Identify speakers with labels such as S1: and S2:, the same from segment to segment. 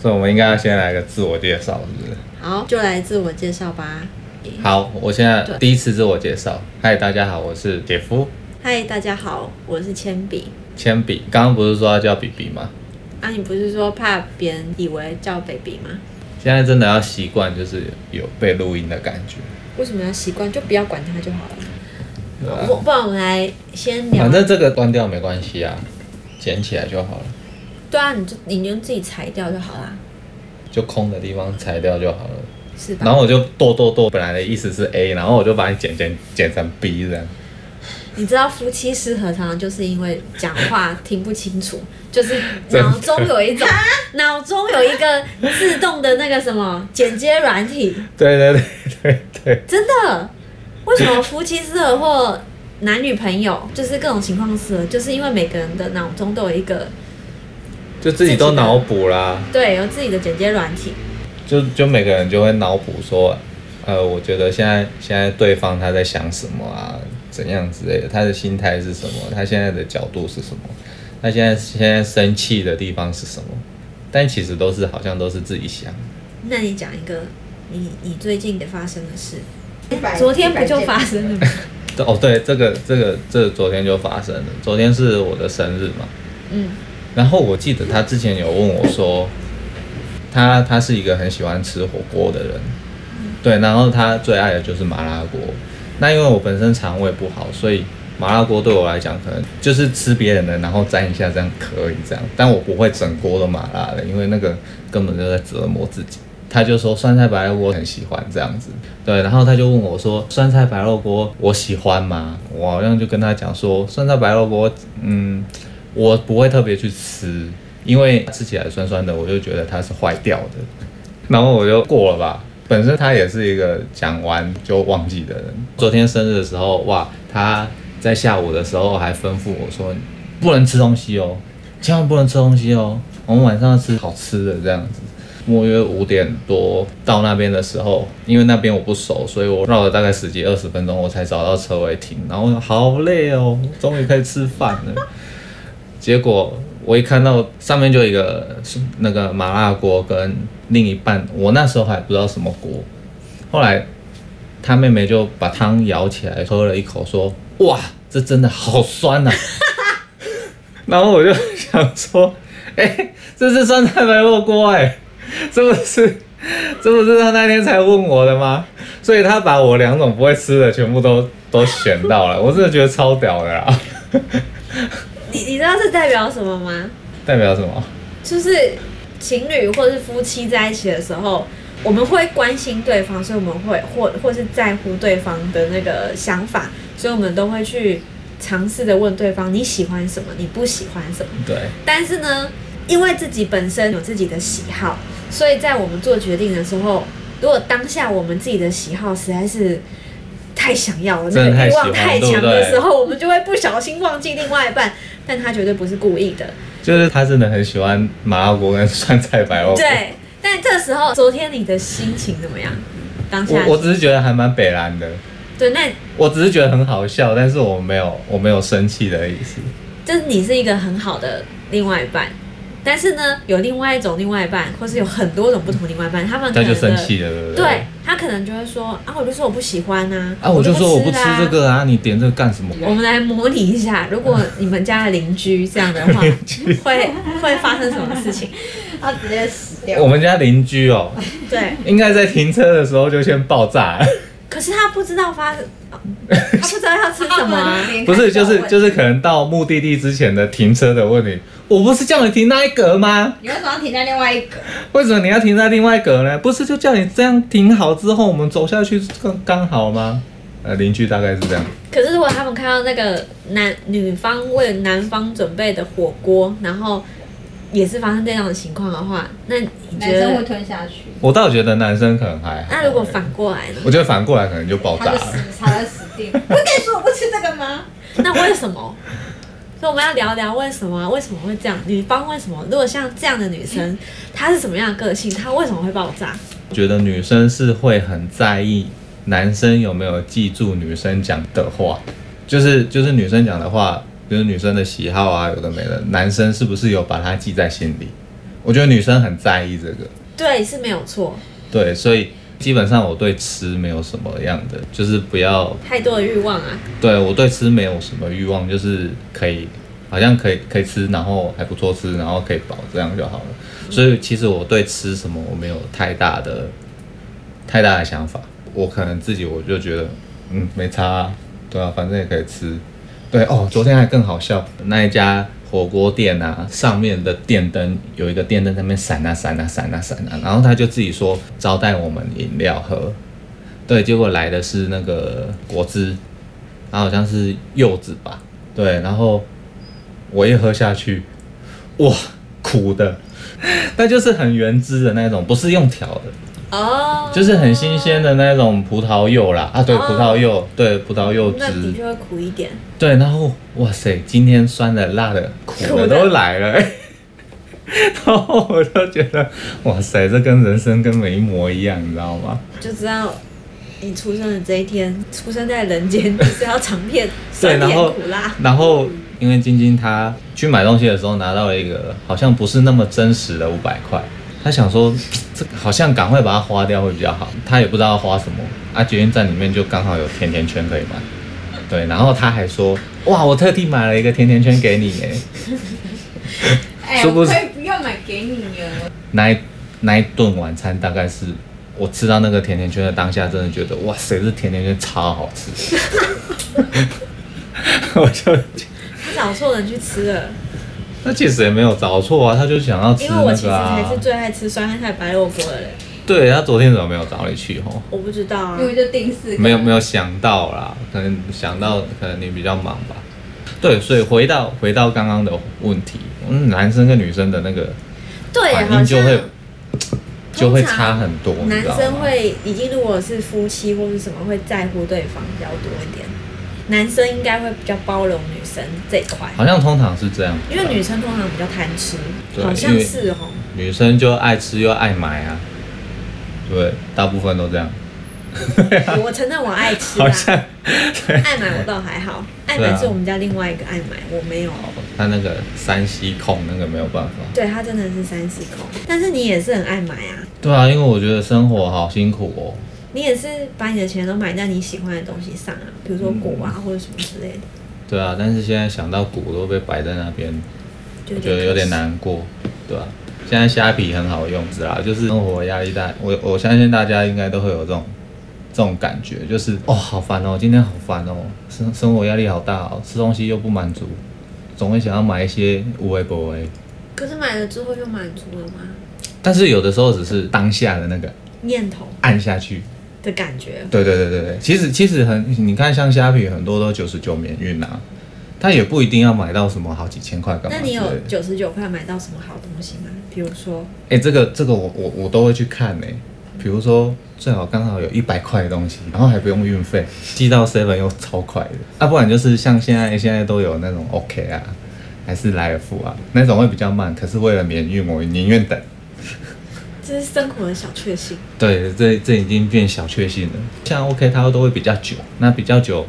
S1: 所以我们应该要先来个自我介绍，是不是？
S2: 好，就来自我介绍吧。
S1: 好，我现在
S2: 对
S1: 第一次自我介绍。嗨，大家好，我是姐夫
S2: 嗨，大家好，我是铅笔。
S1: 铅笔。刚刚不是说要叫比比吗？
S2: 啊，你不是说怕别人以为叫 baby 吗？
S1: 现在真的要习惯，就是有被录音的感觉。
S2: 为什么要习惯？就不要管他就好了。
S1: 对吧
S2: 不，不然我们来先聊。
S1: 反正这个关掉没关系啊，捡起来就好了，
S2: 对啊，你就你就自己裁掉就好啦，
S1: 就空的地方裁掉就好了。
S2: 是吧？
S1: 然后我就剁剁剁，本来的意思是 A，然后我就把你剪剪剪成 B 这样。
S2: 你知道夫妻失和常常就是因为讲话听不清楚， 就是脑中有一种脑中有一个自动的那个什么剪接软体，
S1: 对对对对对，
S2: 真的？为什么夫妻失和或男女朋友就是各种情况失和，就是因为每个人的脑中都有一个
S1: 就自己都脑补啦，
S2: 对有自己的剪接软体，
S1: 就就每个人就会脑补说，呃，我觉得现在现在对方他在想什么啊，怎样之类的，他的心态是什么，他现在的角度是什么，他现在现在生气的地方是什么，但其实都是好像都是自己想。
S2: 那你讲一个你你最近发生的事，昨天不就发生了吗？
S1: 这哦，对，这个这个这个昨天就发生了，昨天是我的生日嘛，
S2: 嗯，
S1: 然后我记得他之前有问我说，他他是一个很喜欢吃火锅的人，对，然后他最爱的就是麻辣锅。那因为我本身肠胃不好，所以麻辣锅对我来讲可能就是吃别人的，然后沾一下这样可以这样，但我不会整锅的麻辣的，因为那个根本就在折磨自己。他就说酸菜白肉锅很喜欢这样子，对，然后他就问我说酸菜白肉锅我喜欢吗？我好像就跟他讲说酸菜白肉锅，嗯，我不会特别去吃，因为吃起来酸酸的，我就觉得它是坏掉的，然后我就过了吧。本身他也是一个讲完就忘记的人。昨天生日的时候，哇，他在下午的时候还吩咐我说，不能吃东西哦，千万不能吃东西哦，我们晚上要吃好吃的这样子。莫约五点多到那边的时候，因为那边我不熟，所以我绕了大概十几二十分钟，我才找到车位停。然后我好累哦，终于可以吃饭了。结果我一看到上面就有一个是那个麻辣锅跟另一半，我那时候还不知道什么锅，后来他妹妹就把汤舀起来喝了一口，说：“哇，这真的好酸呐、然后我就想说：“哎、这是酸菜白肉锅哎、这不是这不是他那天才问我的吗？所以他把我两种不会吃的全部都都选到了，我真的觉得超屌的啦！
S2: 你你知道这代表什么吗？
S1: 代表什么？
S2: 就是情侣或是夫妻在一起的时候，我们会关心对方，所以我们会或或是在乎对方的那个想法，所以我们都会去尝试的问对方你喜欢什么，你不喜欢什么。
S1: 对。”
S2: 但是呢，因为自己本身有自己的喜好，所以在我们做决定的时候，如果当下我们自己的喜好实在是太想要了，那
S1: 真的
S2: 个
S1: 太
S2: 欲
S1: 喜欢
S2: 望太
S1: 对不
S2: 强
S1: 对
S2: 的时候，我们就会不小心忘记另外一半，但他绝对不是故意的。
S1: 就是他真的很喜欢麻辣锅跟酸菜白肉锅。
S2: 对，但这时候昨天你的心情怎么样？当下
S1: 我我只是觉得还蛮北蓝的，
S2: 对，那
S1: 我只是觉得很好笑，但是我没有我没有生气的意思。
S2: 就是你是一个很好的另外一半。但是呢，有另外一种另外一半，或是有很多种不同另外一半，他们可
S1: 他
S2: 能
S1: 就
S2: 的
S1: 生气了，对不对？
S2: 对他可能就会说啊，我就说我不喜欢呐、
S1: 啊，我就说我不吃
S2: 啦
S1: 这。个啊，你点这个干什么？
S2: 我们来模拟一下，如果你们家的邻居这样的 话，会会发生什么事情？
S3: 他直接死掉。，
S1: 我们家邻居哦，
S2: 对，
S1: 应该在停车的时候就先爆炸，
S2: 可是他不知道发，他不知道要吃什么啊、
S1: 不是就是就是是可能到目的地之前的停车的问题。我不是叫你停那一格吗？
S3: 你为什么要停在另外一个？
S1: 为什么你要停在另外一格呢？不是就叫你这样停好之后，我们走下去刚刚好吗？呃，邻居大概是这样。
S2: 可是如果他们看到那个男女方为男方准备的火锅，然后也是发生这样的情况的话，那你
S3: 男
S2: 觉
S3: 生会
S2: 得？
S3: 吞下去，
S1: 我倒觉得男生可能还好。
S2: 那如果，反过来呢？
S1: 我觉得反过来可能就爆炸
S3: 他就
S1: 了。
S3: 死，他就死定了。我跟你说，我不吃这个吗？
S2: 那为什么？所以我们要聊聊为什么啊？为什么会这样？女方为什么？如果像这样的女生，她是什么样的个性？她为什么会爆炸？
S1: 觉得女生是会很在意男生有没有记住女生讲的话，就是就是女生讲的话，就是女生的喜好啊，有的没的，男生是不是有把它记在心里？我觉得女生很在意这个，
S2: 对，是没有错，
S1: 对，所以基本上我对吃没有什么样的，就是不要
S2: 太多的欲望啊，
S1: 对我对吃没有什么欲望，就是可以，好像可以可以吃，然后还不错吃，然后可以饱，这样就好了。所以其实我对吃什么我没有太大的太大的想法，我可能自己我就觉得，嗯，没差、啊，对啊，反正也可以吃。对哦，昨天还更好笑，那一家火锅店啊，上面的电灯有一个电灯在那边闪啊闪啊闪啊闪啊，然后他就自己说招待我们饮料喝，对，结果来的是那个果汁，然后好像是柚子吧，对，然后我一喝下去，哇，苦的，那就是很原汁的那种，不是用调的，
S2: 哦，
S1: 就是很新鲜的那种葡萄柚啦，啊，对，
S2: 哦
S1: 葡萄柚，对，葡萄柚汁，
S2: 那的确会苦一点，
S1: 对，然后哇塞，今天酸的、辣的、苦
S2: 苦
S1: 的
S2: 的
S1: 都来了、 欸然后我就觉得哇塞，这跟人生跟没一模一样，你知道吗？
S2: 就知道你出生的这一天，出生在人间就是要尝遍酸
S1: 然
S2: 甜
S1: 后
S2: 苦 辣，
S1: 然后因为晶晶她去买东西的时候拿到了一个好像不是那么真实的五百块，她想说这个好像赶快把它花掉会比较好，她也不知道要花什么，啊，捷运站里面就刚好有甜甜圈可以买，对，然后她还说哇，我特地买了一个甜甜圈给你耶，
S3: 哎，
S1: 殊不
S3: 我
S1: 知
S3: 可以不要买给你了。
S1: 那一那一顿晚餐大概是我吃到那个甜甜圈的当下，真的觉得哇塞，这甜甜圈超好 吃，我就
S2: 他找错人去吃了，
S1: 那其实也没有找错啊，他就想要吃
S2: 因为我
S1: 那
S2: 其实
S1: 个
S2: 才
S1: 啊
S2: 是。最爱吃酸菜白肉锅的人，
S1: 对他昨天怎么没有找你去吼？
S2: 我不知道啊
S3: 因为，我就定四个，
S1: 没有没有想到啦，可能想到可能你比较忙吧。对，所以回到回到刚刚的问题，嗯，男生跟女生的那个
S2: 对，
S1: 反
S2: 好
S1: 应就会
S2: 像。
S1: 就会
S2: 通常
S1: 差很多，你
S2: 男
S1: 知道
S2: 生
S1: 吗？
S2: 会已经如果是夫妻或是什么，会在乎对方比较多一点。男生应该会比较包容女生这一块，
S1: 好像通常是这样，啊
S2: 因为女生通常比较贪吃，
S1: 对
S2: 好
S1: 因
S2: 像
S1: 为
S2: 是 哦。
S1: 女生就爱吃又爱买啊，对，大部分都这样，
S2: 我承认我爱吃
S1: 好
S2: 啦，
S1: 像
S2: 爱买我倒还好，爱
S1: 对
S2: 买
S1: 啊
S2: 是我们家另外一个爱买，我没有。
S1: 他那个山西控那个没有办法。
S2: 对他真的是三十口，但是你也是很爱买啊，
S1: 对啊，因为我觉得生活好辛苦哦。
S2: 你也是把你的钱都买在你喜欢的东西上啊，比如说果
S1: 嗯
S2: 啊、或者什么之类的，
S1: 对啊，但是现在想到骨都被摆在那边，
S2: 就
S1: 我觉得有点。难过，对吧、现在虾皮很好用，是啦，就是生活压力大，我我相信大家应该都会有这种这种感觉，就是哦，好烦哦，今天好烦哦，生生活压力好大哦，吃东西又不满足，总会想要买一些无为不为，
S2: 可是买了之后就满足了吗？
S1: 但是有的时候只是当下的那个
S2: 念头
S1: 按下去，
S2: 的感觉，
S1: 对对对对对，其实其实很，你看像虾皮很多都九十九免运啊，它也不一定要买到什么好几千块干嘛
S2: 那
S1: 之类
S2: 你
S1: 的。
S2: 有九十九块买到什么好东西吗？比如说，
S1: 哎、这个这个我我我都会去看哎、比如说最好刚好有一百块的东西，然后还不用运费，寄到 seven 又超快的，啊，不然就是像现在现在都有那种 OK 啊，还是莱尔富啊那种会比较慢，可是为了免运，我宁愿等。
S2: 这是生活的小确幸。
S1: 对，这这已经变小确幸了。像 OK，它都会比较久，那比较久，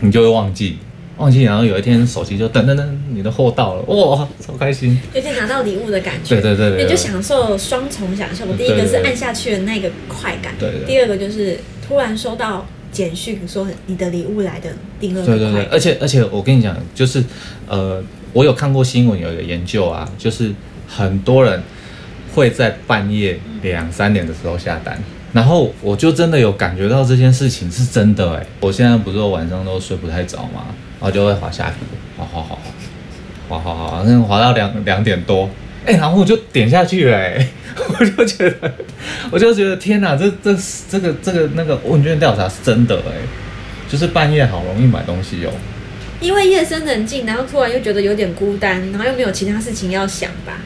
S1: 你就会忘记，忘记，然后有一天手机就噔噔噔，你的货到了，哇，超开心。
S2: 有点拿到礼物的感觉，
S1: 对对对对对
S2: 你就享受双重享受。第一
S1: 对
S2: 个
S1: 对
S2: 是
S1: 对
S2: 按下去的那个快感，
S1: 对对对
S2: 第二个就是突然收到简讯说你的礼物来的第二个
S1: 对对
S2: 快
S1: 对，
S2: 感，
S1: 而且而且我跟你讲，就是呃，我有看过新闻有一个研究啊，就是很多人会在半夜两三点的时候下单。然后我就真的有感觉到这件事情是真的哎、我现在不是晚上都睡不太着嘛，然后就会滑下滑滑滑滑滑滑滑，那滑到两两点多，哎、然后我就点下去了、欸， 我就觉得，我就觉得天哪，这这这个这个那个问卷调查是真的哎、就是半夜好容易买东西哦。
S2: 因为夜深人静，然后突然又觉得有点孤单，然后又没有其他事情要想吧，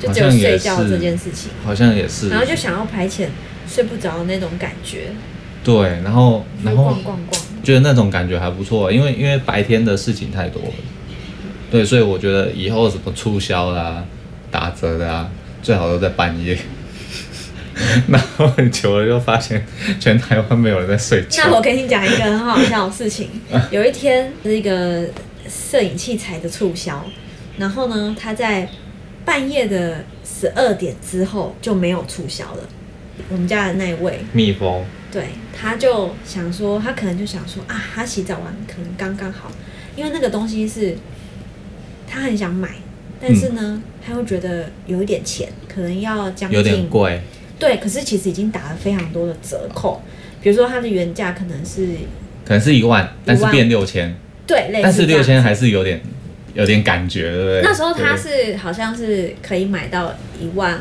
S2: 就只有
S1: 好像也
S2: 睡觉
S1: 是
S2: 这件事情，
S1: 好像也是。
S2: 然后就想要排遣睡不着的那种感觉，
S1: 对，然后
S2: 去
S1: 然后
S2: 逛逛逛。
S1: 觉得那种感觉还不错，因为因为白天的事情太多了。对，所以我觉得以后什么促销啦、打折的啊，最好都在半夜。 然后很久了，就发现全台湾没有人在睡觉。
S2: 那我跟你讲一个很好笑的 事情，有一天那个摄影器材的促销，然后呢，他在半夜的十二点之后就没有促销了。我们家的那一位，
S1: 蜜蜂，
S2: 对，他就想说，他可能就想说啊，他洗澡完可能刚刚好，因为那个东西是他很想买，但是呢，他又觉得有一点钱，可能要将
S1: 嗯有点
S2: 近
S1: 贵，
S2: 对，可是其实已经打了非常多的折扣，比如说它的原价可能是
S1: 可能是一万，但是
S2: 一万
S1: 变六千，
S2: 对，类似
S1: 但是
S2: 这样
S1: 六千还是有点有点感觉，对不对？
S2: 那时候它
S1: 对
S2: 是好像是可以买到一万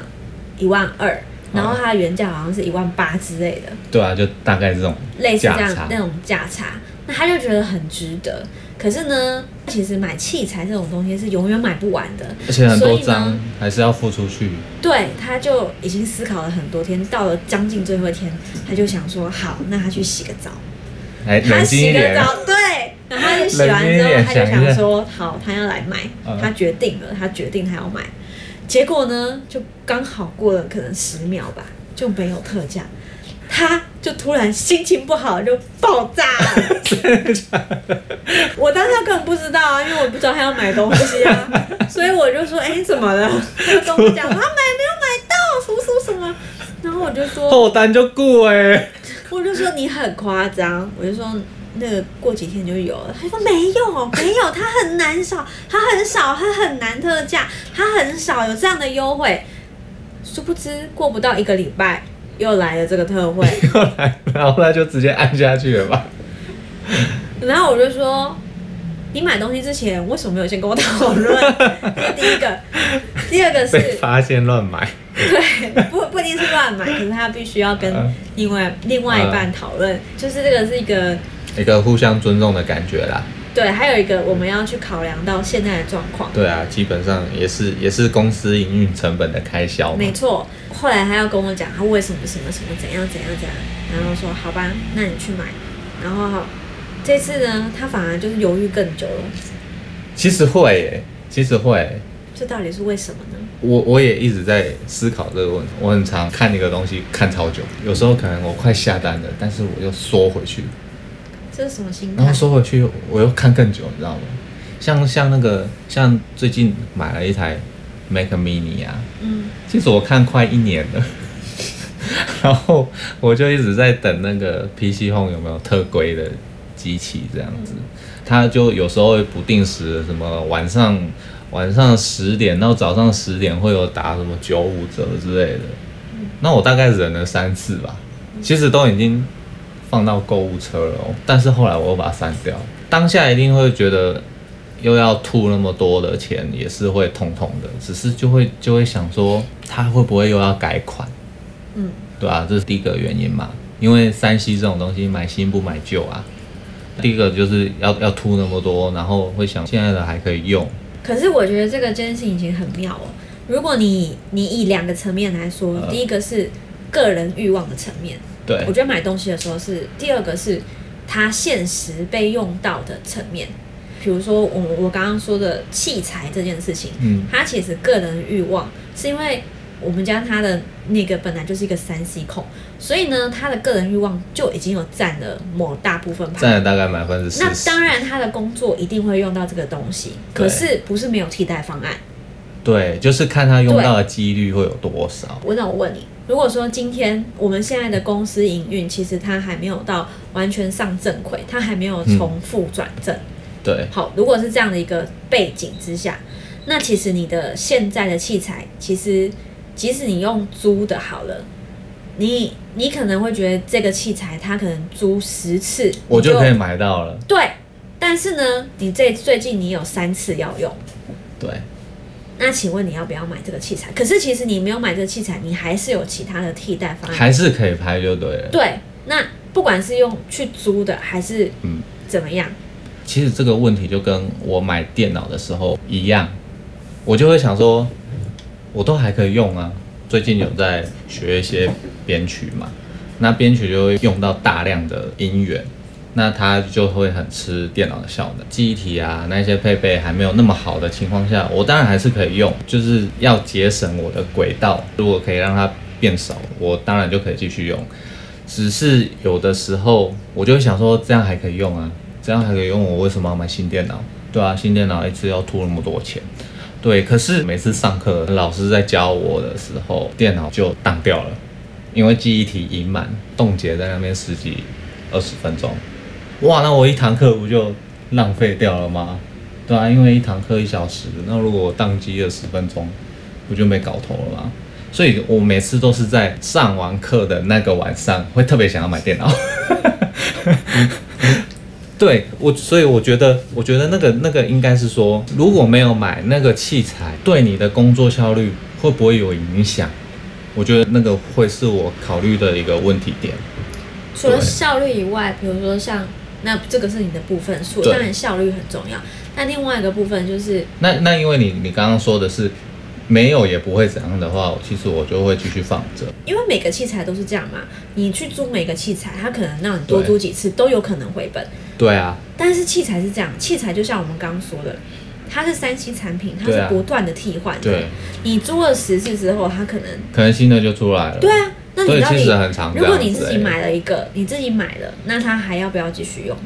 S2: 一万二，
S1: 哦
S2: 然后它的原价好像是一万八之类的，
S1: 对啊，就大概这种
S2: 类似这
S1: 价差
S2: 样那种价差，那他就觉得很值得。可是呢，其实买器材这种东西是永远买不完的，
S1: 而且很多
S2: 所以呢
S1: 张还是要付出去。
S2: 对，他就已经思考了很多天，到了将近最后一天，他就想说，好，那他去洗个澡。
S1: 哎，
S2: 他
S1: 冷静
S2: 洗
S1: 一
S2: 个
S1: 点，
S2: 澡，对，然后他就洗完之后，他就想说，好，他要来买
S1: 嗯，
S2: 他决定了，他决定他要买。结果呢，就刚好过了可能十秒吧，就没有特价，他就突然心情不好就爆炸了。我当时根本不知道啊，因为我不知道他要买东西啊，所以我就说，哎、你怎么了？他就跟我讲，他买没有买到，什么什么什么。然后我就 说，
S1: 后单就过哎，
S2: 我就说你很夸张，我就说那个过几天就有了。他说没有，没有，它很难少，它很少，它很难特价，它很少有这样的优惠。殊不知过不到一个礼拜，又来了这个特惠。
S1: 又来，然后他就直接按下去了吧？
S2: 然后我就说，你买东西之前为什么没有先跟我讨论？这是第一个，第二个是
S1: 被发现乱买，
S2: 对，不不一定是乱买，可是他必须要跟
S1: 嗯
S2: 另外另外一半讨论，就是这个是一个。
S1: 一个互相尊重的感觉啦。
S2: 对，还有一个我们要去考量到现在的状况。
S1: 对啊，基本上也是也是公司营运成本的开销嘛
S2: 没。错，后来他要跟我讲他为什么什么什么怎样怎样怎样，然后说好吧，那你去买。然后这次呢，他反而就是犹豫更久了，
S1: 其实会、欸，其实会欸、
S2: 这到底是为什么呢？
S1: 我我也一直在思考这个问题。我很常看一个东西看超久，有时候可能我快下单了，但是我又缩回去，
S2: 这是什么心
S1: 然后
S2: 态？
S1: 缩回去我又看更久，你知道吗？像像那个像最近买了一台 Mac Mini 啊，
S2: 嗯，
S1: 其实我看快一年了， 然后我就一直在等那个 PC Home 有没有特规的机器这样子，它就有时候会不定时的什么晚上晚上十点到早上十点会有打什么九五折之类的，那我大概忍了三次吧，其实都已经放到购物车了哦、但是后来我又把它删掉，当下一定会觉得又要吐那么多的钱，也是会痛痛的，只是就会就会想说，他会不会又要改款？
S2: 嗯，
S1: 对啊，这是第一个原因嘛。因为三 C 这种东西，买新不买旧啊。第一个就是要要吐那么多，然后会想现在的还可以用，
S2: 可是我觉得这个这件事情其实很妙哦。如果你你以两个层面来说，
S1: 呃
S2: 第一个是个人欲望的层面，
S1: 对
S2: 我觉得买东西的时候是第二个是它现实被用到的层面，比如说我我刚刚说的器材这件事情，
S1: 嗯
S2: 它其实个人欲望是因为我们家他的那个本来就是一个三 C 控，所以呢，他的个人欲望就已经有占了某大部分
S1: 占
S2: 盘。
S1: 了大概百分之四
S2: 那
S1: 十。
S2: 当然，他的工作一定会用到这个东西，
S1: 对
S2: 可是不是没有替代方案。
S1: 对，就是看他用到的几率会有多少。
S2: 我那我问你，如果说今天我们现在的公司营运，其实它还没有到完全上正轨，它还
S1: 嗯
S2: 没有从负转正。
S1: 对，
S2: 好，如果是这样的一个背景之下，那其实你的现在的器材，其实即使你用租的好了，你你可能会觉得这个器材它可能租十次，
S1: 我
S2: 你
S1: 就可以买到了。
S2: 对，但是呢，你这最近你有三次要用。
S1: 对，
S2: 那请问你要不要买这个器材？可是其实你没有买这个器材，你还是有其他的替代方案。
S1: 还是可以拍就对了。
S2: 对，那不管是用去租的还是
S1: 嗯
S2: 怎么样，
S1: 其实这个问题就跟我买电脑的时候一样，我就会想说，我都还可以用啊。最近有在学一些编曲嘛，那编曲就会用到大量的音源，那它就会很吃电脑的效能。记忆体啊，那些配备还没有那么好的情况下，我当然还是可以用，就是要节省我的轨道。如果可以让它变少，我当然就可以继续用。只是有的时候我就会想说，这样还可以用啊，这样还可以用，我为什么要买新电脑？对啊，新电脑一次要吐那么多钱，对，可是每次上课老师在教我的时候，电脑就当掉了，因为记忆体已满，冻结在那边十几二十分钟。哇，那我一堂课不就浪费掉了吗？对啊，因为一堂课一小时，那如果我宕机了十分钟，不就没搞头了吗？所以我每次都是在上完课的那个晚上，会特别想要买电脑。对我，所以我觉得，我觉得那个那个应该是说，如果没有买那个器材，对你的工作效率会不会有影响？我觉得那个会是我考虑的一个问题点。
S2: 除了
S1: 对
S2: 效率以外，比如说像那这个是你的部分数，
S1: 对
S2: 当然效率很重要。那另外一个部分就是
S1: 那那因为你你刚刚说的是没有也不会怎样的话，其实我就会继续放着。
S2: 因为每个器材都是这样嘛，你去租每个器材，它可能让你多
S1: 对
S2: 租几次都有可能回本。
S1: 对啊，
S2: 但是器材是这样，器材就像我们刚刚说的，它是三 C 产品，它
S1: 对
S2: 是
S1: 啊
S2: 不断的替换的。
S1: 对，
S2: 你租了十次之后，它可能
S1: 可能新的就出来了。
S2: 对啊，那你
S1: 对
S2: 到底
S1: 其实很常这
S2: 如
S1: 样
S2: 果你自己
S1: 子欸
S2: 买了一个，你自己买了，那它还要不要继续用？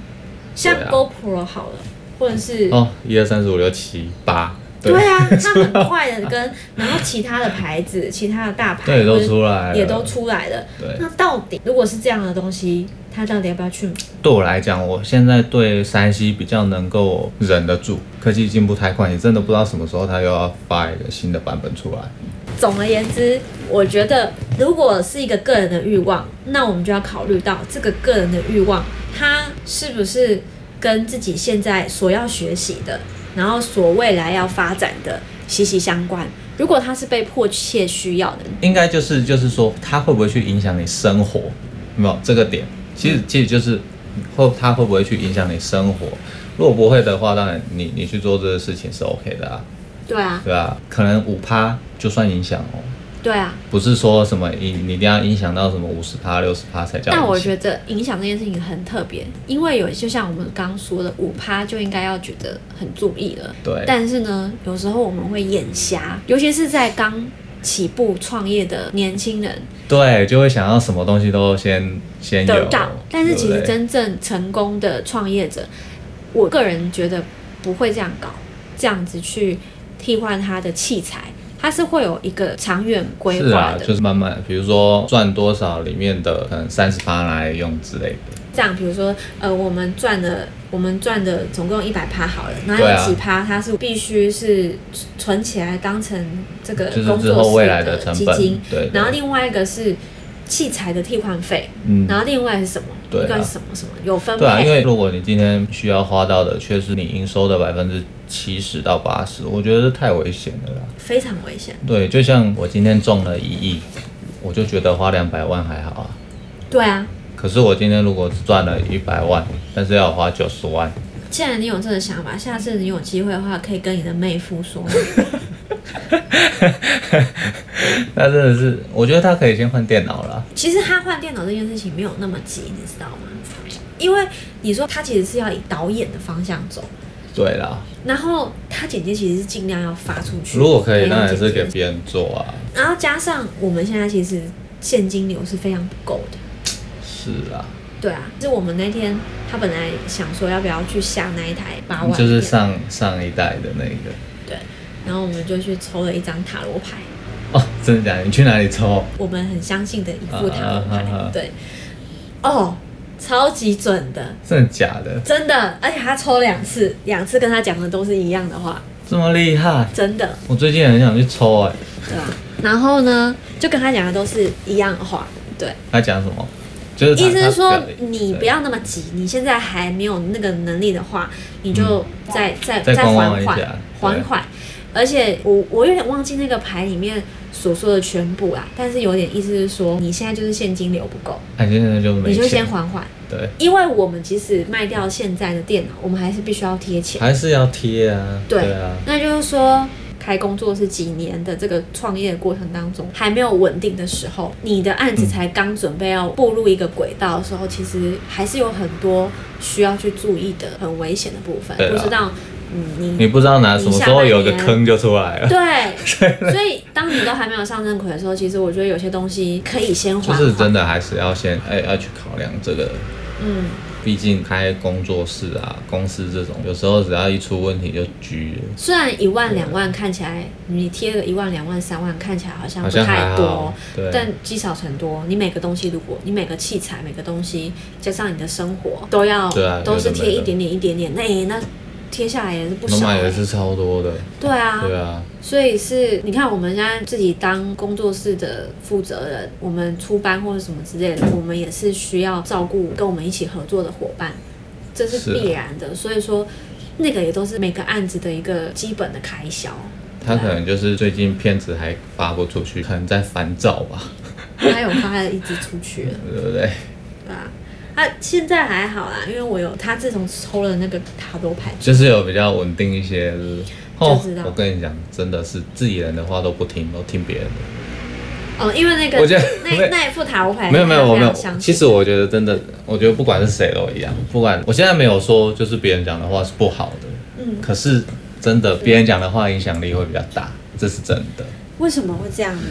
S2: 像
S1: 对啊
S2: GoPro 好了，或者是、
S1: 哦，一二三四五六七八，
S2: 对啊，它很快的跟然后其他的牌子、其他的大牌
S1: 对，
S2: 或
S1: 都
S2: 者
S1: 出来了，
S2: 也都出来了。
S1: 对。
S2: 那到底如果是这样的东西，它到底要不要去买？
S1: 对我来讲，我现在对山西比较能够忍得住，科技进步太快，你真的不知道什么时候它又要发一个新的版本出来。
S2: 总而言之，我觉得如果是一个个人的欲望，那我们就要考虑到这个个人的欲望，它是不是跟自己现在所要学习的，然后所未来要发展的息息相关。如果它是被迫切需要的，
S1: 应该就是就是说，它会不会去影响你生活？有没有这个点？其实其实就是会它会不会去影响你生活？如果不会的话，当然你你去做这个事情是 OK 的啊，
S2: 对啊，
S1: 对吧、可能五趴就算影响哦，
S2: 对啊。
S1: 不是说什么你你一定要影响到什么五十趴六十趴才叫影响。
S2: 但我觉得影响这件事情很特别，因为有就像我们刚说的，五趴就应该要觉得很注意了。
S1: 对
S2: 但是呢，有时候我们会眼瞎，尤其是在刚起步创业的年轻人
S1: 对，就会想要什么东西都先先有
S2: 得到，但是其
S1: 对
S2: 实
S1: 不对
S2: 真正成功的创业者，我个人觉得不会这样搞，这样子去替换他的器材，他是会有一个长远规
S1: 是
S2: 划
S1: 啊
S2: 的。，
S1: 就是慢慢，比如说赚多少里面的可能三十趴拿来用之类的。
S2: 这样，比如说，呃，我们赚的，我们赚的总共一百趴好了，那
S1: 对
S2: 有
S1: 啊
S2: 几趴它是必须是存起来当成这个
S1: 就是
S2: 工
S1: 之后
S2: 作
S1: 未
S2: 室
S1: 来的成
S2: 基
S1: 本
S2: 金，
S1: 对
S2: 然后
S1: 对
S2: 另外一个是器材的替换费，
S1: 嗯
S2: 然后另外是什么？
S1: 对啊
S2: 一个是什么什么有分配？
S1: 对啊，因为如果你今天需要花到的却是你营收的百分之七十到八十，我觉得太危险了啦。
S2: 非常危险。
S1: 对，就像我今天中了一亿，我就觉得花两百万还好啊。
S2: 对啊，
S1: 可是我今天如果只赚了一百万，但是要花九十万，
S2: 既然你有这个想法，下次你有机会的话，可以跟你的妹夫说。
S1: 那真的是，我觉得他可以先换电脑了。
S2: 其实他换电脑这件事情没有那么急，你知道吗？因为你说他其实是要以导演的方向走，
S1: 对啦，
S2: 然后他剪接其实是尽量要发出去，
S1: 如果可以，
S2: 没有
S1: 当然是
S2: 剪接
S1: 给别人做啊。
S2: 然后加上我们现在其实现金流是非常不够的，
S1: 是啊，
S2: 对啊，就是我们那天他本来想说要不要去下那一台八万片，
S1: 就是上上一代的那一个。
S2: 对，然后我们就去抽了一张塔罗牌，
S1: 哦，真的假的？你去哪里抽？
S2: 我们很相信的一副塔罗牌，
S1: 啊啊啊啊
S2: 对，哦，超级准的，
S1: 真的假的？
S2: 真的，而且他抽两次，两次跟他讲的都是一样的话，
S1: 这么厉害？
S2: 真的，
S1: 我最近很想去抽哎、
S2: 对吧、然后呢，就跟他讲的都是一样的话，对。
S1: 他讲什么？就是他
S2: 意思是
S1: 他
S2: 说
S1: 表，演
S2: 你不要那么急，你现在还没有那个能力的话，你就再、再
S1: 嗯再观望一
S2: 缓缓
S1: 下
S2: 缓
S1: 对
S2: 缓。而且我我有点忘记那个牌里面所说的全部啦，但是有点意思是说，你现在就是现金流不够，
S1: 对哎，现在就没
S2: 你
S1: 钱，
S2: 就先缓缓。
S1: 对，
S2: 因为我们即使卖掉现在的电脑，我们还是必须要贴钱。
S1: 还是要贴啊，
S2: 对，
S1: 啊，
S2: 那就是说。开工作室几年的这个创业过程当中，还没有稳定的时候，你的案子
S1: 嗯
S2: 才刚准备要步入一个轨道的时候，其实还是有很多需要去注意的、很危险的部分
S1: 对。啦啊
S2: 不知道，嗯，你
S1: 你不知道哪什么时候有个坑就出来了，
S2: 对，所以当你都还没有上正轨的时候，其实我觉得有些东西可以先
S1: 就
S2: 缓
S1: 是
S2: 缓。
S1: 真的还是要先哎要去考量这个
S2: 嗯，
S1: 毕竟开工作室啊、公司这种，有时候只要一出问题就焗了。
S2: 虽然一万两万看起来，你贴个一万两万三万看起来好像
S1: 好
S2: 不
S1: 像还
S2: 太多
S1: 好，，对，
S2: 但积少成多。你每个东西，如果你每个器材、每个东西加上你的生活，都要、
S1: 对啊
S2: 都是
S1: 有的没
S2: 贴一
S1: 的
S2: 点点一点点，那、诶那贴下来也是不
S1: 我
S2: 少、
S1: 买的
S2: 欸。
S1: 是超多的，
S2: 对啊，
S1: 对啊，
S2: 所以是，你看我们现在自己当工作室的负责人，我们出班或者什么之类的，我们也是需要照顾跟我们一起合作的伙伴，这
S1: 是
S2: 是
S1: 啊
S2: 必然的。所以说，那个也都是每个案子的一个基本的开销。
S1: 他可能就是最近片子还发不出去，可能在烦躁吧，
S2: 他有发了一直出去了，
S1: 对不对？
S2: 对吧、啊？啊，现在还好啦，因为我有他自从抽了那个塔罗牌，
S1: 就是有比较稳定一些。就是哦
S2: 就知道，
S1: 我跟你讲，真的是自己人的话都不听，都听别人的。
S2: 哦，因为那个
S1: 我觉得
S2: 那那一副塔罗牌
S1: 没有没有，
S2: 大家
S1: 我
S2: 哎非
S1: 没有
S2: 常相。
S1: 其
S2: 信
S1: 实我觉得真的，我觉得不管是谁都一样，不管我现在没有说就是别人讲的话是不好的，
S2: 嗯，
S1: 可是真的别人讲的话影响力会比较大，这是真的。
S2: 为什么会这样呢？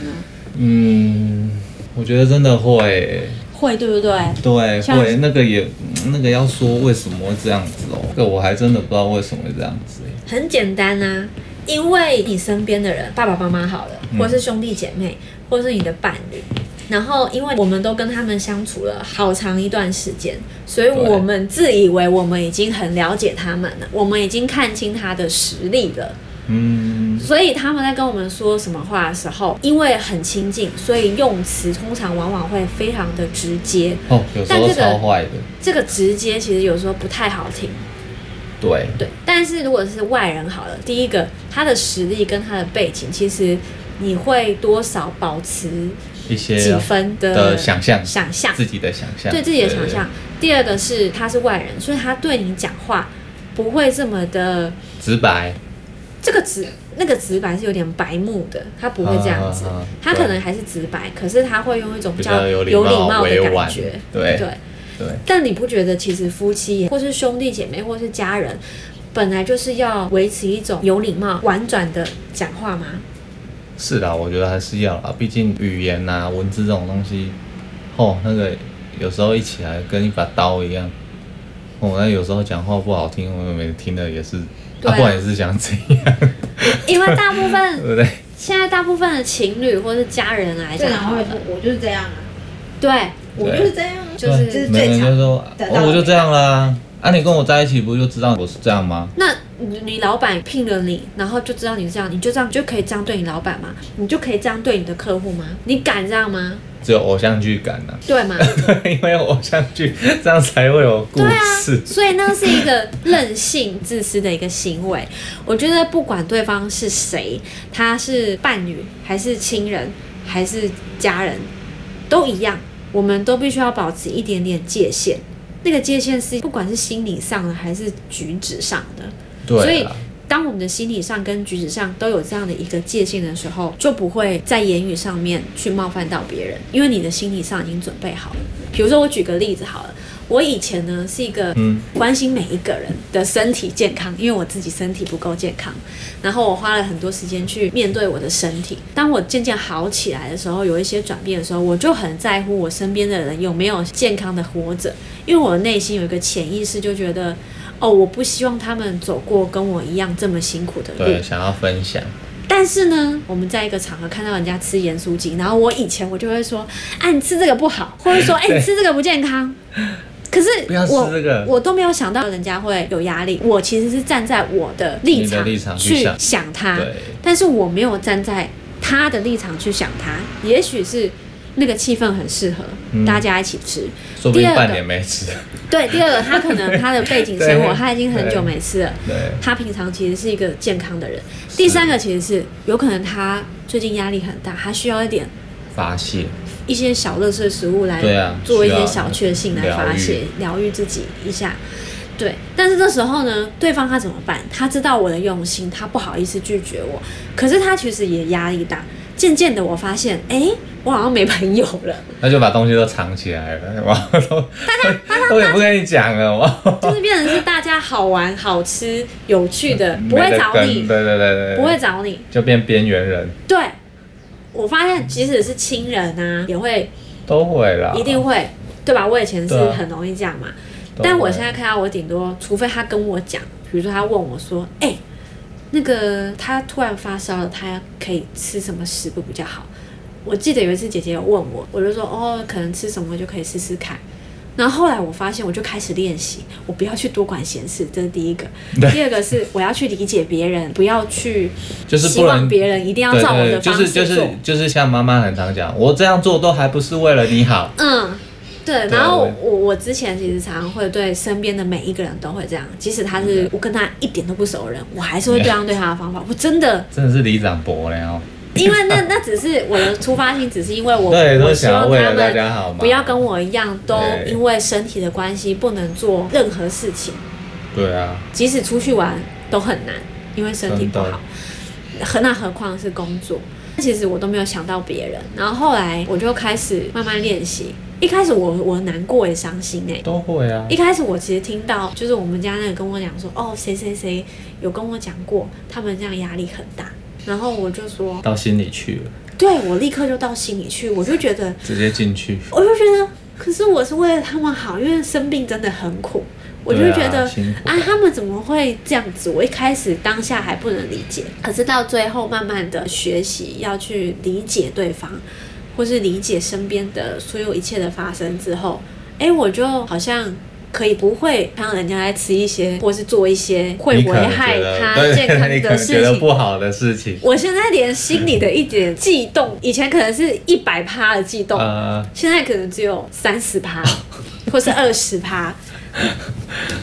S1: 嗯，我觉得真的会，
S3: 会对不对？
S1: 对，
S3: 像
S1: 会那个也嗯那个要说为什么会这样子哦，这个我还真的不知道为什么会这样子欸。
S2: 很简单啊，因为你身边的人，爸爸妈妈好了，
S1: 嗯
S2: 或是兄弟姐妹，或是你的伴侣，然后因为我们都跟他们相处了好长一段时间，所以我们自以为我们已经很了解他们了，我们已经看清他的实力了。
S1: 嗯，
S2: 所以他们在跟我们说什么话的时候，因为很亲近，所以用词通常往往会非常的直接。
S1: 哦，有时
S2: 但
S1: 候
S2: 这个
S1: 超坏的，
S2: 这个直接其实有时候不太好听。
S1: 对，
S2: 对，但是如果是外人好了，第一个他的实力跟他的背景，其实你会多少保持
S1: 一些
S2: 几分的
S1: 的想象，
S2: 想象，
S1: 自己的想象，
S2: 对自己的想象。第二个是他是外人，所以他对你讲话不会这么的
S1: 对直白，
S2: 这个直那个直白是有点白目的，他不会这样子，
S1: 啊啊啊
S2: 他可能还是直白，可是他会用一种
S1: 比
S2: 比
S1: 较
S2: 较
S1: 有礼
S2: 有礼
S1: 貌
S2: 貌
S1: 委
S2: 的
S1: 婉
S2: 感觉，
S1: 对
S2: 对。
S1: 对，
S2: 但你不觉得其实夫妻或是兄弟姐妹或是家人，本来就是要维持一种有礼貌、婉转的讲话吗？
S1: 是啦，我觉得还是要啦，毕竟语言呐、文字这种东西，哦，那个有时候一起来跟一把刀一样。哦，那有时候讲话不好听，我们听的也是，
S2: 对啊
S1: 不然也是想怎样，
S2: 因为大部
S1: 对
S2: 分
S1: 不对？
S2: 现在大部分的情侣或是家人来
S3: 最
S2: 讲
S3: 常
S2: 好
S3: 啊会
S2: 了，
S3: 说，我就是这样啊，
S2: 对，
S3: 我就是这样啊，
S2: 就是
S1: 对
S3: 这是
S1: 每个
S3: 最
S1: 人
S3: 常
S1: 就说，
S3: 得到
S1: 哦，我
S3: 的
S1: 就这样啦。 啊，你跟我在一起不就知道我是这样吗？
S2: 那你你老板聘了你，然后就知道你这样，你就这样你就可以这样对你老板吗？你就可以这样对你的客户吗？你敢这样吗？
S1: 只有偶像剧啊感呐、
S2: 对吗？
S1: 因为偶像剧这样才会有故
S2: 对啊
S1: 事，。
S2: 所以那是一个任性、自私的一个行为。我觉得不管对方是谁，他是伴侣还是亲人还是家人，都一样，我们都必须要保持一点点界限。那个界限是不管是心理上的还是举止上的，
S1: 对啊
S2: 所以
S1: 啦
S2: 当我们的心理上跟举止上都有这样的一个界限的时候，就不会在言语上面去冒犯到别人，因为你的心理上已经准备好了。比如说，我举个例子好了，我以前呢是一个
S1: 嗯
S2: 关心每一个人的身体健康，因为我自己身体不够健康，然后我花了很多时间去面对我的身体。当我渐渐好起来的时候，有一些转变的时候，我就很在乎我身边的人有没有健康的活着，因为我的内心有一个潜意识就觉得，哦，我不希望他们走过跟我一样这么辛苦的路。
S1: 对，想要分享，
S2: 但是呢，我们在一个场合看到人家吃盐酥鸡，然后我以前我就会说，啊，你吃这个不好，或者说，哎、你吃这个不健康。可是
S1: 不要吃
S2: 我
S1: 这个
S2: 我都没有想到人家会有压力。我其实是站在我的立
S1: 你的
S2: 场
S1: 立场去
S2: 去
S1: 想
S2: 想他，
S1: 对，
S2: 但是我没有站在他的立场去想他。也许是那个气氛很适合、
S1: 嗯
S2: 大家一起吃，
S1: 说不定
S2: 第二个
S1: 半年没吃，
S2: 对，第二个他可能他的背景生活
S1: 对
S2: 他已经很久没吃了，
S1: 对，
S2: 他平常其实是一个健康的人。第三个其实是有可能他最近压力很大，他需要一点
S1: 发泄，
S2: 一些小乐色食物来
S1: 对啊
S2: 做一
S1: 需要
S2: 些小确幸来发泄、疗愈自己一下。对，但是这时候呢，对方他怎么办？他知道我的用心，他不好意思拒绝我，可是他其实也压力大。渐渐的，我发现，哎、我好像没朋友了。
S1: 那就把东西都藏起来了，我 都我也不跟你讲了，我
S2: 就是变成是大家好玩、好吃、有趣的，不
S1: 没
S2: 会
S1: 得
S2: 找
S1: 跟
S2: 你，
S1: 对对对对，
S2: 不会找你。
S1: 就变边缘人，
S2: 对，我发现即使是亲人啊，也会
S1: 都会啦，啊
S2: 一定会，对吧？我以前是
S1: 对啊
S2: 很容易这样嘛。
S1: 都
S2: 但我
S1: 会
S2: 现在看到我顶多，除非他跟我讲，比如说他问我说：“哎、那个他突然发烧了，他可以吃什么食物比较好？”我记得有一次姐姐有问我，我就说：“哦，可能吃什么就可以试试看。”然后后来我发现，我就开始练习，我不要去多管闲事，这是第一个。
S1: 对
S2: 第二个是我要去理解别人，不要去
S1: 就是
S2: 希
S1: 不能
S2: 望别人一定要
S1: 对
S2: 照我的
S1: 对，就
S2: 方
S1: 是
S2: 式做。
S1: 就是就是像妈妈很常讲，我这样做都还不是为了你好，
S2: 嗯，对。
S1: 对
S2: 然后
S1: 我也
S2: 我我之前其实常常会对身边的每一个人都会这样，即使他是我跟他一点都不熟的人，我还是会对他对他的方法。我真 的，
S1: 真的是里长伯了哦。
S2: 因为那那只是我的出发性，只是因为我
S1: 对，都
S2: 我希
S1: 想要
S2: 望
S1: 为
S2: 他
S1: 了大家
S2: 们
S1: 好嘛。
S2: 不要跟我一样，都
S1: 对
S2: 因为身体的关系不能做任何事情，
S1: 对啊，
S2: 即使出去玩都很难，因为身体不
S1: 真的
S2: 好。何那何况是工作，其实我都没有想到别人。然后后来我就开始慢慢练习。一开始我我难过也伤心哎、
S1: 都会啊
S2: 一。开始我其实听到，就是我们家那个跟我讲说，哦，谁谁谁有跟我讲过，他们这样压力很大。然后我就说，
S1: 到心里去了，
S2: 对我立刻就到心里去，我就觉得，
S1: 直接进去。
S2: 我就觉得，可是我是为了他们好，因为生病真的很苦，我就
S1: 对啊
S2: 觉得
S1: 辛苦
S2: 啊，他们怎么会这样子？我一开始当下还不能理解，可是到最后慢慢的学习要去理解对方，或是理解身边的所有一切的发生之后，哎，我就好像。可以不会让人家来吃一些，或是做一些会
S1: 你
S2: 危
S1: 可能
S2: 害
S1: 觉得
S2: 他
S1: 对
S2: 健 康
S1: 你可
S2: 的
S1: 能
S2: 事
S1: 觉得
S2: 情，
S1: 不好的事情。
S2: 我现在连心里的一 点悸动，以前可能是一百趴的悸动，
S1: 呃，
S2: 现在可能只有三 十趴，或是二十趴。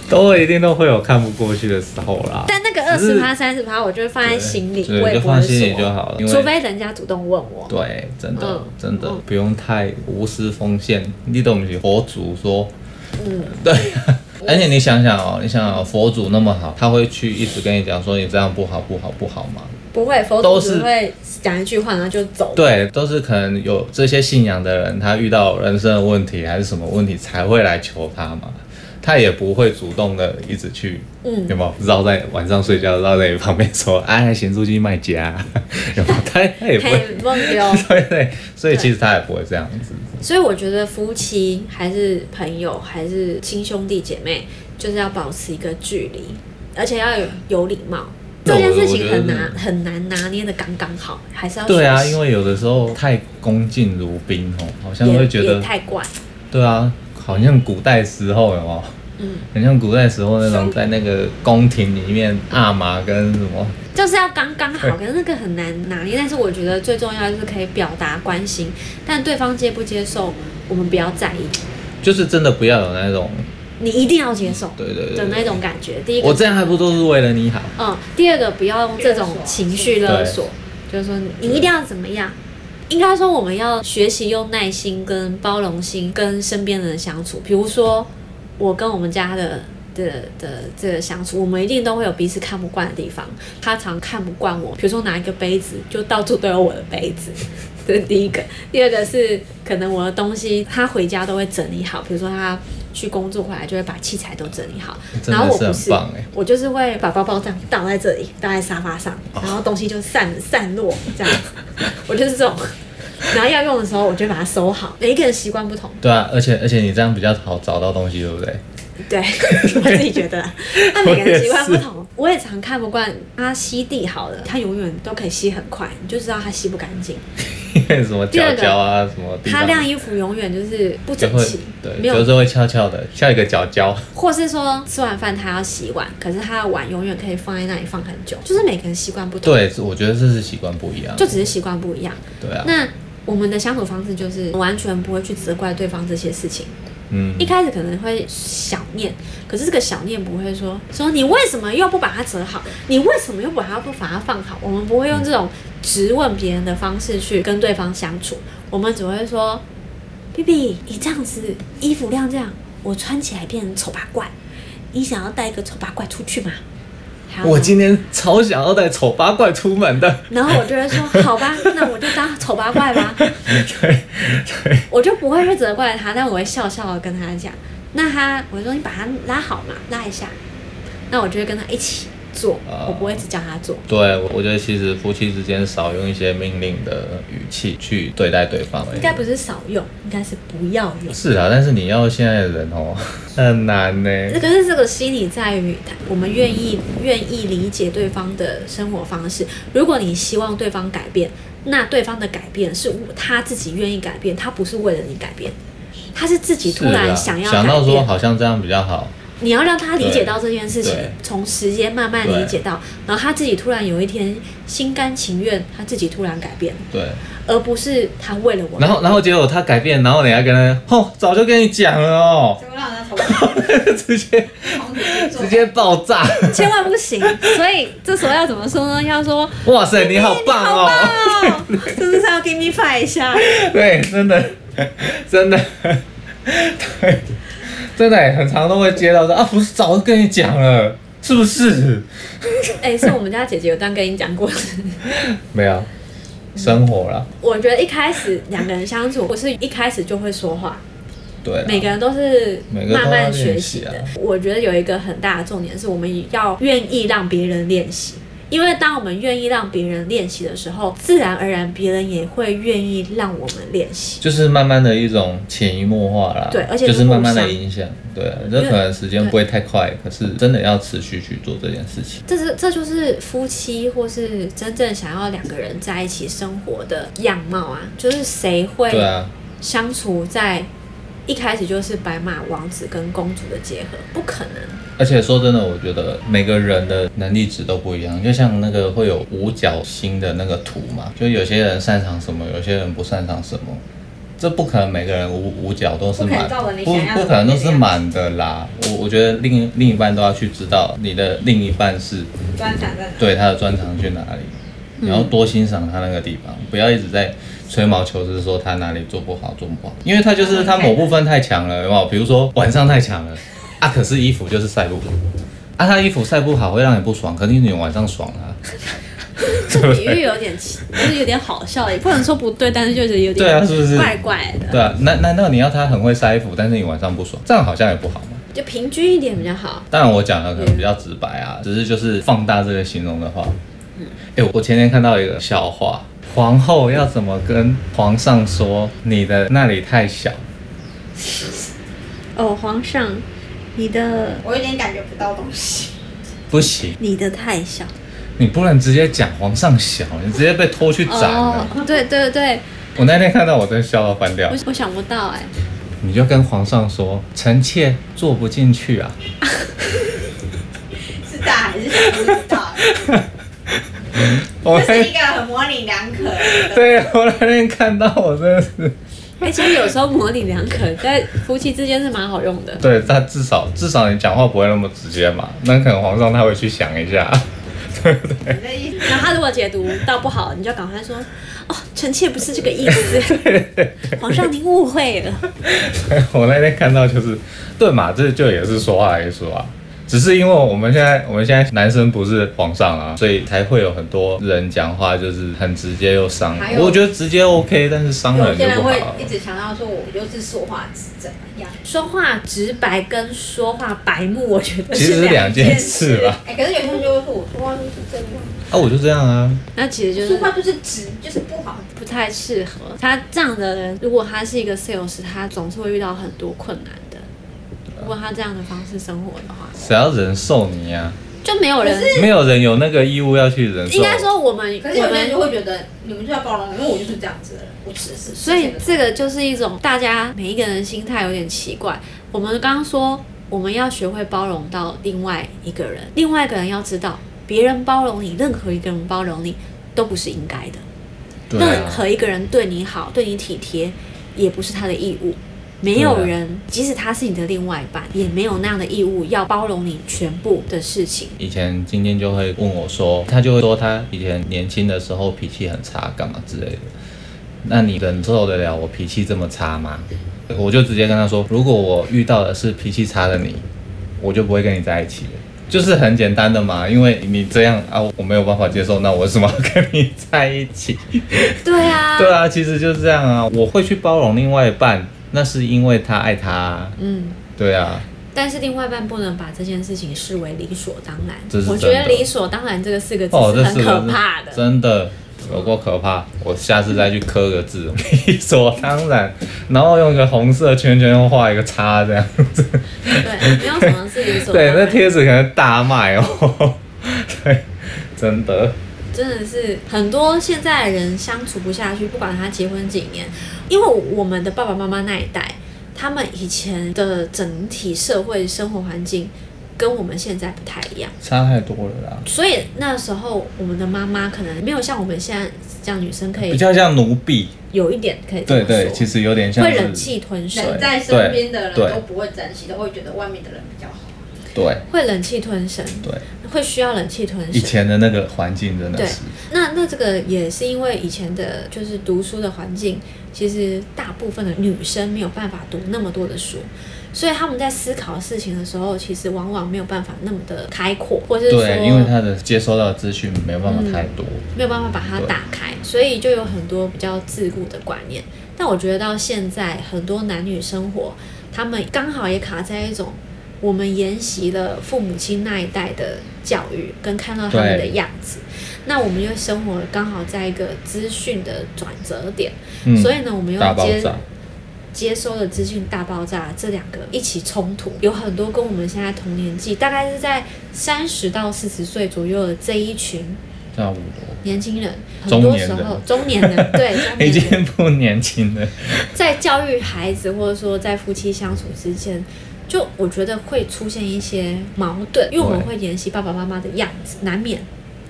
S1: 都一定都会有看不过去的时候啦。
S2: 但那个二
S1: 只是
S2: 十趴、三十趴，我就会放在心里，
S1: 对
S2: 我也
S1: 就
S2: 不
S1: 放
S2: 会
S1: 心里
S2: 说
S1: 就好了因为
S2: 除非人家主动问我。
S1: 对，真的、
S2: 嗯
S1: 真的、
S2: 嗯
S1: 不用太无私奉献，你懂不？佛祖说，
S2: 嗯，
S1: 对。啊而且你想想哦，你想想、哦、佛祖那么好，他会去一直跟你讲说你这样不好不好不好吗？
S4: 不会，佛
S1: 都
S4: 祖
S1: 是
S4: 只会讲一句话，然后就走。
S1: 对，都是可能有这些信仰的人，他遇到人生的问题还是什么问题才会来求他嘛。他也不会主动的一直去，
S4: 嗯
S1: 有没有绕在晚上睡觉绕在你旁边说，哎，咸猪鸡卖家，有没有？他他 也不会，
S2: 嘿，梦丢。
S1: 对 对，所以其实他也不会这样子，
S2: 所以我觉得夫妻还是朋友还是亲兄弟姐妹，就是要保持一个距离，而且要有有礼貌。
S1: 对
S2: 这件事
S1: 我
S2: 情
S1: 我觉得
S2: 很
S1: 是
S2: 难很难拿捏的刚刚好，还是要
S1: 对啊，
S2: 学习
S1: 因为有的时候太恭敬如宾哦，好像
S2: 也
S1: 会觉
S2: 也
S1: 得，
S2: 太怪。
S1: 对啊，好像古代时候有没有？
S2: 嗯，
S1: 很像古代时候那种在那个宫廷里面阿玛跟什么，
S2: 就是要刚刚好，可是那个很难拿捏。但是我觉得最重要就是可以表达关心，但对方接不接受，我们不要在意，
S1: 就是真的不要有那种，
S2: 你一定要接受
S1: 嗯对对
S2: 的
S1: 对
S2: 那种感觉。第一
S1: 我
S2: 个，
S1: 这样还不都是为了你好？
S2: 嗯，第二个不要用这种情绪勒索，就是说你一定要怎么样。应该说，我们要学习用耐心、跟包容心跟身边的人相处。比如说，我跟我们家的的的这个相处，我们一定都会有彼此看不惯的地方。他常看不惯我，比如说拿一个杯子，就到处都有我的杯子，这是第一个。 第二个是可能我的东西，他回家都会整理好，比如说他去工作回来就会把器材都整理好。
S1: 真
S2: 然后
S1: 的
S2: 我
S1: 是
S2: 不
S1: 很
S2: 是
S1: 棒哎，
S2: 我就是会把包包这样倒在这里，倒在沙发上，
S1: 哦
S2: 然后东西就散散落这样。我就是这种。然后要用的时候，我就把它收好。每一个人习惯不同，
S1: 对啊，而且而且你这样比较好找到东西，对不对？
S2: 对 我自己觉得啦，那每个人习惯不同。我也常看不惯他吸地好了，他永远都可以吸很快，你就知道他吸不干净。
S1: 因为什么
S2: 第
S1: 角
S2: 二个
S1: 角啊，什么地
S2: 他
S1: 方
S2: 晾衣服永远就是不
S1: 就
S2: 整
S1: 会
S2: 齐，没
S1: 对，
S2: 有
S1: 就是会翘翘的，像一个角角。
S2: 或是说吃完饭他要洗碗，可是他的碗永远可以放在那里放很久，就是每个人习惯不同，
S1: 对，我觉得这是习惯不一样。
S2: 就只是习惯不一样。
S1: 对啊，
S2: 那我们的相处方式就是完全不会去责怪对方这些事情，
S1: 嗯
S2: 一，开始可能会小念，可是这个小念不会说说你为什么又不把它折好，你为什么又不把它不把它放好？我们不会用这种质问别人的方式去跟对方相处，我们只会说，B B，你这样子衣服晾这样，我穿起来变成丑八怪，你想要带一个丑八怪出去吗？还要
S1: 我
S2: 呢
S1: 今天超想要带丑八怪出门的。
S2: 然后我就会说，好吧，那我就当丑八怪吧。
S1: 对对，
S2: 我就不会去责怪他，但我会笑笑的跟他讲。那他，我就说你把他拉好嘛，拉一下。那我就会跟他一起，做，
S1: 啊
S2: 我不会只叫他 做。
S1: 对，我觉得其实夫妻之间少用一些命令的语气去对待对方而已，
S2: 应该不是少用，应该是不要用。
S1: 是啊，但是你要现在的人哦，很难呢、
S2: 可是这个心理在于他，我们愿意愿意理解对方的生活方式。如果你希望对方改变，那对方的改变是他自己愿意改变，他不是为了你改变，他是自己突
S1: 是啊
S2: 然想要改
S1: 想到说
S2: 变。
S1: 好像这样比较好，
S2: 你要让他理解到这件事情
S1: 对对，
S2: 从时间慢慢理解到，然后他自己突然有一天心甘情愿，他自己突然改变，
S1: 对。
S2: 而不是他为了我。
S1: 然后，然后结果他改变，然后你还跟他，吼、早就跟你讲了哦，
S3: 怎么让人家从
S1: 直接
S3: 从 底做
S1: 直？接爆炸，
S2: 千万不行， 所以这时候要怎么说呢？要说
S1: 哇塞，你好棒哦，
S2: 哦，是不是要 give me five 一下？
S1: 对，真的，真的，对，真的很常都会接到说啊，不是早就跟你讲了，是不是？
S2: 哎、是我们家姐姐有这样跟你讲过的。
S1: 没有，生活啦，
S2: 我觉得一开始两个人相处，不是一开始就会说话，
S1: 对啊啦，
S2: 每个人都是
S1: 每个都要
S2: 慢慢学习的。
S1: 练啊
S2: 我觉得有一个很大的重点是，我们要愿意让别人练习。因为当我们愿意让别人练习的时候，自然而然别人也会愿意让我们练习。
S1: 就是慢慢的一种潜移默化啦，
S2: 对而且
S1: 就是是慢慢
S2: 互
S1: 的
S2: 相
S1: 影响，对，啊这可能时间不会太快，可是真的要持续去做这件事情。
S2: 这是这就是夫妻或是真正想要两个人在一起生活的样貌啊！就是谁会
S1: 对啊，
S2: 相处在一开始就是白马王子跟公主的结合，不可能。
S1: 而且说真的，我觉得每个人的能力值都不一样，就像那个会有五角星的那个图嘛，就有些人擅长什么，有些人不擅长什么，这不可能每个人五五角都是满
S3: 不可能照着，你
S1: 不
S3: 想要的
S1: 不可能都是满的啦。我我觉得另另一半都要去知道你的另一半是
S3: 专场在哪？
S1: 对他的专长去哪里，你要多欣赏他那个地方，不要一直在吹毛求疵说他哪里做不好做不好，因为他就是他某部分啊太强了，有没有？比如说晚上太强了啊，可是衣服就是晒不好啊，他衣服晒不好会让你不爽，肯定你晚上爽啊。
S2: 这比喻有点奇，就是有点好笑，也不能说不对，但是就是有
S1: 对啊，
S2: 点
S1: 是不是？
S2: 怪怪的。
S1: 对啊，难难道你要他很会晒衣服，但是你晚上不爽，这样好像也不好嘛。
S2: 就平均一点比较好。
S1: 当然我讲的可能比较直白啊，
S3: 嗯
S1: 只是就是放大这个形容的话。哎、我前天看到一个笑话，皇后要怎么跟皇上说你的那里太小？
S2: 哦，皇上，你的
S3: 我有点感觉不到东西。
S1: 不行，
S2: 你的太小
S1: 你不能直接讲皇上小，你直接被拖去斩了。，
S3: 哦
S2: 哦对对对，
S1: 我那天看到我真笑到翻掉
S2: 我，我想不到哎、
S1: 你就跟皇上说，臣妾坐不进去啊。
S3: 是大还是小？不知 道。
S1: 我
S3: 这是一
S1: 那
S3: 个很模棱两可的。
S1: 对我那天看到我真的是，
S2: 哎、其实有时候模棱两可在夫妻之间是蛮好用的。
S1: 对他至少至少你讲话不会那么直接嘛，那可能皇上他会去想一下， 对不对？
S3: 你 的意思
S2: 然后他如果解读到不好，你就赶快说：“哦，臣妾不是这个 意思，皇上您误会了。”
S1: 我那天看到就是，对嘛，这就也是说话的艺术啊。只是因为我们现在我们现在男生不是皇上啊，所以才会有很多人讲话就是很直接又伤
S3: 还
S1: 人。
S3: 有
S1: 我觉得直接 OK，但是伤
S3: 有
S1: 人就
S3: 些
S1: 不好
S3: 人会
S1: 了
S3: 一。直强调说，我就是说话指怎么样？
S2: 说话直白跟说话白目，我觉得
S1: 其实
S2: 是
S1: 是两件
S2: 事
S1: 事吧。
S3: 哎、可是有些人就会说，我说话就是这样，
S1: 啊，我就这样啊，
S2: 那其实就
S3: 说
S2: 是
S3: 话就是直，就是不好。
S2: 不太适合他这样的人。如果他是一个 sales，他总是会遇到很多困难的。如果他这样的方式生活的话，
S1: 谁要忍受你呀、
S2: 就没有人。
S1: 没有人有那个义务要去忍受。
S2: 应该说我们
S3: 可是有
S2: 我
S3: 些人就
S2: 们，
S3: 会觉得，你们就要包容我，因为我就是这样子的人，我只是。
S2: 所以这个就是一种大家每一个人心态有点奇怪。我们刚刚说我们要学会包容到另外一个人，另外一个人要知道别人包容你，任何一个人包容你都不是应该的。
S1: 对
S2: 任
S1: 啊，
S2: 何一个人对你好、对你体贴，也不是他的义
S1: 啊
S2: 务。没有人，即使他是你的另外一半，也没有那样的义务要包容你全部的 事情。
S1: 以前今天就会问我说，他就会说他以前年轻的时候脾气很差，干嘛之类的。那你忍受得了我脾气这么差吗？我就直接跟他说，如果我遇到的是脾气差的你，我就不会跟你在一起了。就是很简单的嘛，因为你这样啊，我没有办法接受，那我为什么要跟你在一起？
S2: 对啊，
S1: 对啊，其实就是这样啊，我会去包容另外一半，那是因为他爱他啊、
S2: 嗯，
S1: 对啊，
S2: 但是另外一半不能把这件事情视为理所当然
S1: 这是。
S2: 我觉
S1: 真
S2: 得
S1: 的
S2: 理所当然这个四个字
S1: 哦，
S2: 是
S1: 这
S2: 很
S1: 四
S2: 可
S1: 个字
S2: 怕的。
S1: 真的有够可怕。我下次再去刻个字， 理所当然，然后用一个红色圈圈，又画一个叉这样子。
S2: 对，没有什么是理所当
S1: 对，
S2: 然。
S1: 那贴纸可能大卖哦。 对，真的。
S2: 真的是很多现在的人相处不下去，不管他结婚几年，因为我们的爸爸妈妈那一代，他们以前的整体社会生活环境跟我们现在不太一样，
S1: 差太多了啦，
S2: 所以那时候我们的妈妈可能没有像我们现在这样女生可
S1: 比
S2: 以
S1: 较像奴婢。
S2: 有一点可以这么
S1: 对
S2: 说
S1: 对，其实有点像
S2: 会
S1: 是
S2: 忍气吞声，
S1: 对
S3: 人在身边的人
S1: 对
S3: 都不会珍惜，都会觉得外面的人比较好。
S1: 对
S2: 会忍气吞声，
S1: 对，
S2: 会需要忍气吞
S1: 以
S2: 声。
S1: 前的那个环境真的
S2: 对
S1: 是，
S2: 那那这个也是因为以前的就是读书的环境，其实大部分的女生没有办法读那么多的书，所以她们在思考事情的时候，其实往往没有办法那么的开阔，或者是说
S1: 对，因为他的接收到的资讯没有办法太多，
S2: 没有办法把它打开，所以就有很多比较自顾的观念。但我觉得到现在，很多男女生活，他们刚好也卡在一种我们沿袭了父母亲那一代的教育，跟看到他们的
S1: 对
S2: 样子。那我们又生活刚好在一个资讯的转折点，
S1: 嗯，
S2: 所以呢，我们又
S1: 大爆
S2: 接
S1: 炸，
S2: 接收的资讯大爆炸，这两个一起冲突，有很多跟我们现在同年纪，大概是在三十到四十岁左右的这一群
S1: 叫五楼，
S2: 年轻人，很
S1: 中
S2: 多
S1: 年
S2: 时
S1: 人
S2: 候中年 人对中
S1: 已
S2: 年人
S1: 经不年轻了，
S2: 在教育孩子或者说在夫妻相处之间，就我觉得会出现一些矛盾，因为我们
S1: 对
S2: 会沿袭爸爸妈妈的样子，难免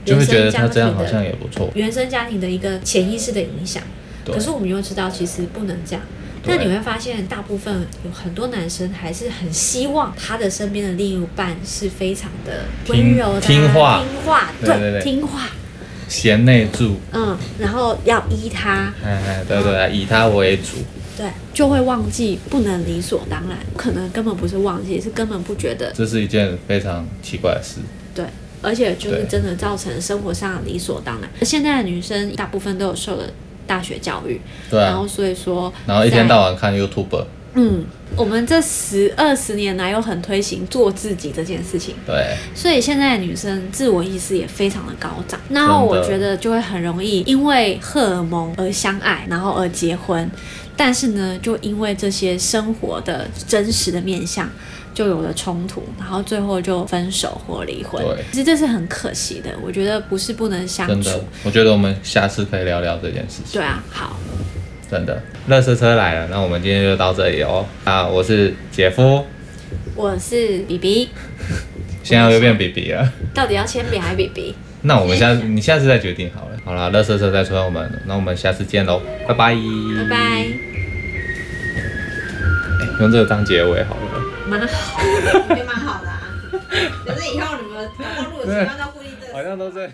S1: 就
S2: 原
S1: 会觉
S2: 生
S1: 得
S2: 家
S1: 他这样
S2: 庭
S1: 好像
S2: 的
S1: 也不错，
S2: 原生家庭的一个潜意识的影响。
S1: 对
S2: 可是我们又知道，其实不能这样。
S1: 对
S2: 那你会发现，大部分有很多男生还是很希望他的身边的另一半是非常的
S1: 听
S2: 温柔的啊、
S1: 听话
S2: 听话，
S1: 对对对
S2: 听话，
S1: 贤内助，
S2: 嗯，然后要依他，
S1: 哎哎，对对对，以他为主，
S2: 对，就会忘记，不能理所当然，可能根本不是忘记，是根本不觉得
S1: 这是一件非常奇怪的事，
S2: 对，而且就是
S1: 对
S2: 真的造成生活上的理所当然。现在的女生大部分都有受了大学教育，
S1: 对
S2: 然
S1: 啊
S2: 后，所以说，
S1: 然后一天到晚看 YouTube，
S2: 嗯，我们这十二十年来又很推行做自己这件事情，
S1: 对
S2: 所以现在的女生自我意识也非常的高涨，然后我觉得就会很容易因为荷尔蒙而相爱，然后而结婚，但是呢，就因为这些生活的真实的面相。就有了冲突，然后最后就分手或离婚
S1: 对。
S2: 其实这是很可惜的，我觉得不是不能相
S1: 真
S2: 处
S1: 的。，我觉得我们下次可以聊聊这件事情
S2: 对，啊，好，
S1: 真的，乐色车来了，那我们今天就到这里哦，啊，我是姐夫，
S2: 我是 B B，
S1: 现在又变 BB 了。
S2: 到底要铅笔还是 B B？
S1: 那我们下你下次再决定好了。好啦，乐色车再催我们，那我们下次见喽，拜拜。
S2: 拜拜，
S1: 嗯用这个当结尾好了。
S2: 妈。
S3: 我觉得蛮好的啊。可是以后你们公路的情况要顾虑这个。
S1: 像都在。